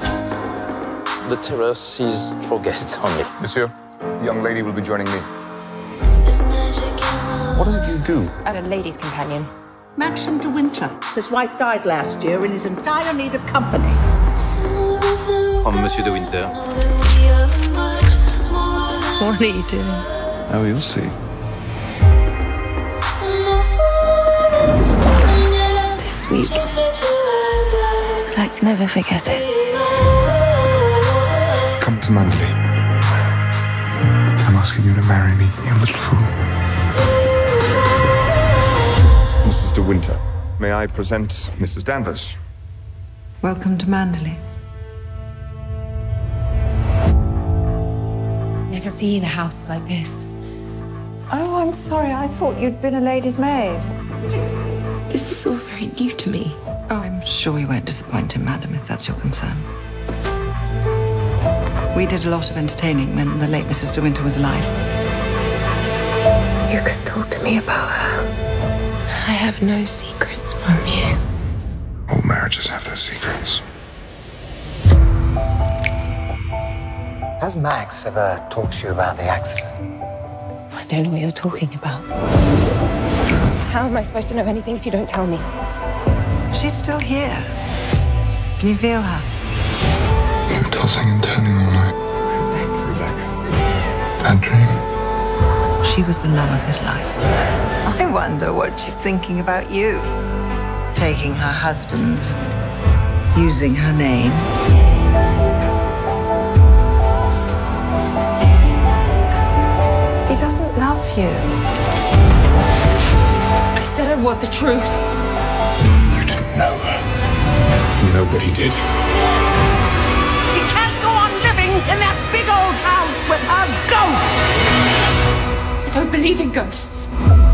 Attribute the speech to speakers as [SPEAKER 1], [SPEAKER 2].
[SPEAKER 1] The terrace is for guests only.
[SPEAKER 2] Monsieur, the young lady will be joining me.
[SPEAKER 3] There's magic in
[SPEAKER 2] What does you do?
[SPEAKER 4] I'm a lady's companion.
[SPEAKER 5] Maxim de Winter. His wife died last year and is in dire need of company.
[SPEAKER 3] I'm
[SPEAKER 1] Monsieur de Winter.
[SPEAKER 3] What are you doing?
[SPEAKER 2] Now Oh, you'll see.
[SPEAKER 3] This
[SPEAKER 4] week.
[SPEAKER 3] week.
[SPEAKER 4] I'd like to never forget it.
[SPEAKER 2] Come to Manly. I'm asking you to marry me, you little fool. Mrs. De Winter, may I present Mrs. Danvers?
[SPEAKER 6] Welcome to Mandalay.
[SPEAKER 7] Never seen a house like this.
[SPEAKER 6] Oh, I'm sorry. I thought you'd been a lady's maid.
[SPEAKER 7] This is all very new to me.
[SPEAKER 6] Oh, I'm sure you won't disappoint him, madam, if that's your concern. We did a lot of entertaining when the late Mrs. De Winter was alive.
[SPEAKER 7] You can talk to me about her. I have no secrets from you.
[SPEAKER 2] All marriages have their secrets.
[SPEAKER 8] Has Max ever talked to you about the accident?
[SPEAKER 7] I don't know what you're talking about.
[SPEAKER 4] How am I supposed to know anything if you don't tell me?
[SPEAKER 6] She's still here. Can you feel her?
[SPEAKER 2] You're tossing and turning all night. Rebecca. Bad dream.
[SPEAKER 6] She was the love of his life. I wonder what she's thinking about you. Taking her husband, using her name. He doesn't love you.
[SPEAKER 4] I said I want the truth.
[SPEAKER 2] You didn't know her. You know what he did.
[SPEAKER 5] He can't go on living in that big old house with her ghost.
[SPEAKER 4] I don't believe in ghosts.